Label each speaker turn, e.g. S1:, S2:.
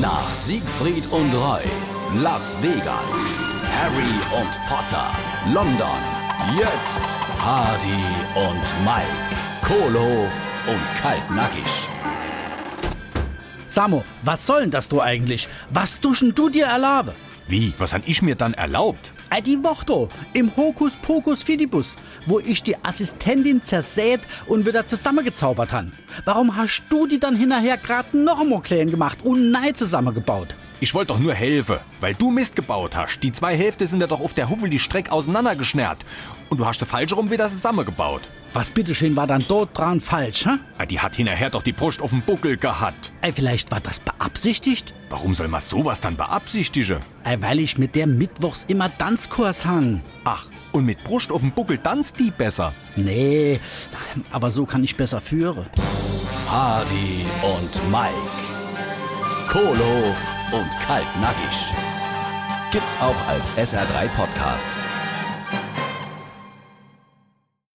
S1: Nach Siegfried und Roy, Las Vegas, Harry und Potter, London, jetzt Hardy und Mike, Kohlhof und Kaltnackig.
S2: Samo, was soll denn das du eigentlich? Was duschen du dir erlaube?
S3: Wie? Was han ich mir dann erlaubt?
S2: Äh, Die Woche im Hokus Pokus Fidibus, wo ich die Assistentin zersät und wieder zusammengezaubert han. Warum hast du die dann hinterher grad noch mal klein gemacht und nein zusammengebaut?
S3: Ich wollte doch nur helfen, weil du Mist gebaut hast. Die zwei Hälfte sind ja doch auf der Huffel die Streck auseinandergeschnärrt. Und du hast sie falsch rum wieder zusammengebaut.
S2: Was bitteschön war dann dort dran falsch, hä?
S3: Ah, Die hat hinterher doch die Brust auf dem Buckel gehabt.
S2: Ey, vielleicht war das beabsichtigt?
S3: Warum soll man sowas dann beabsichtigen?
S2: Ey, weil ich mit der mittwochs immer Tanzkurs hang.
S3: Ach, und mit Brust auf dem Buckel tanzt die besser.
S2: Nee, aber so kann ich besser führen.
S1: Hardy und Mike, Kohlhof und Kaltnackig. Gibt's auch als SR3 Podcast.